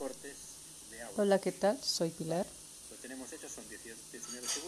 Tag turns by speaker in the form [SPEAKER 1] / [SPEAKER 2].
[SPEAKER 1] cortes de agua.
[SPEAKER 2] Hola, ¿qué tal? Soy Pilar.
[SPEAKER 1] Lo tenemos hecho, son 19 segundos.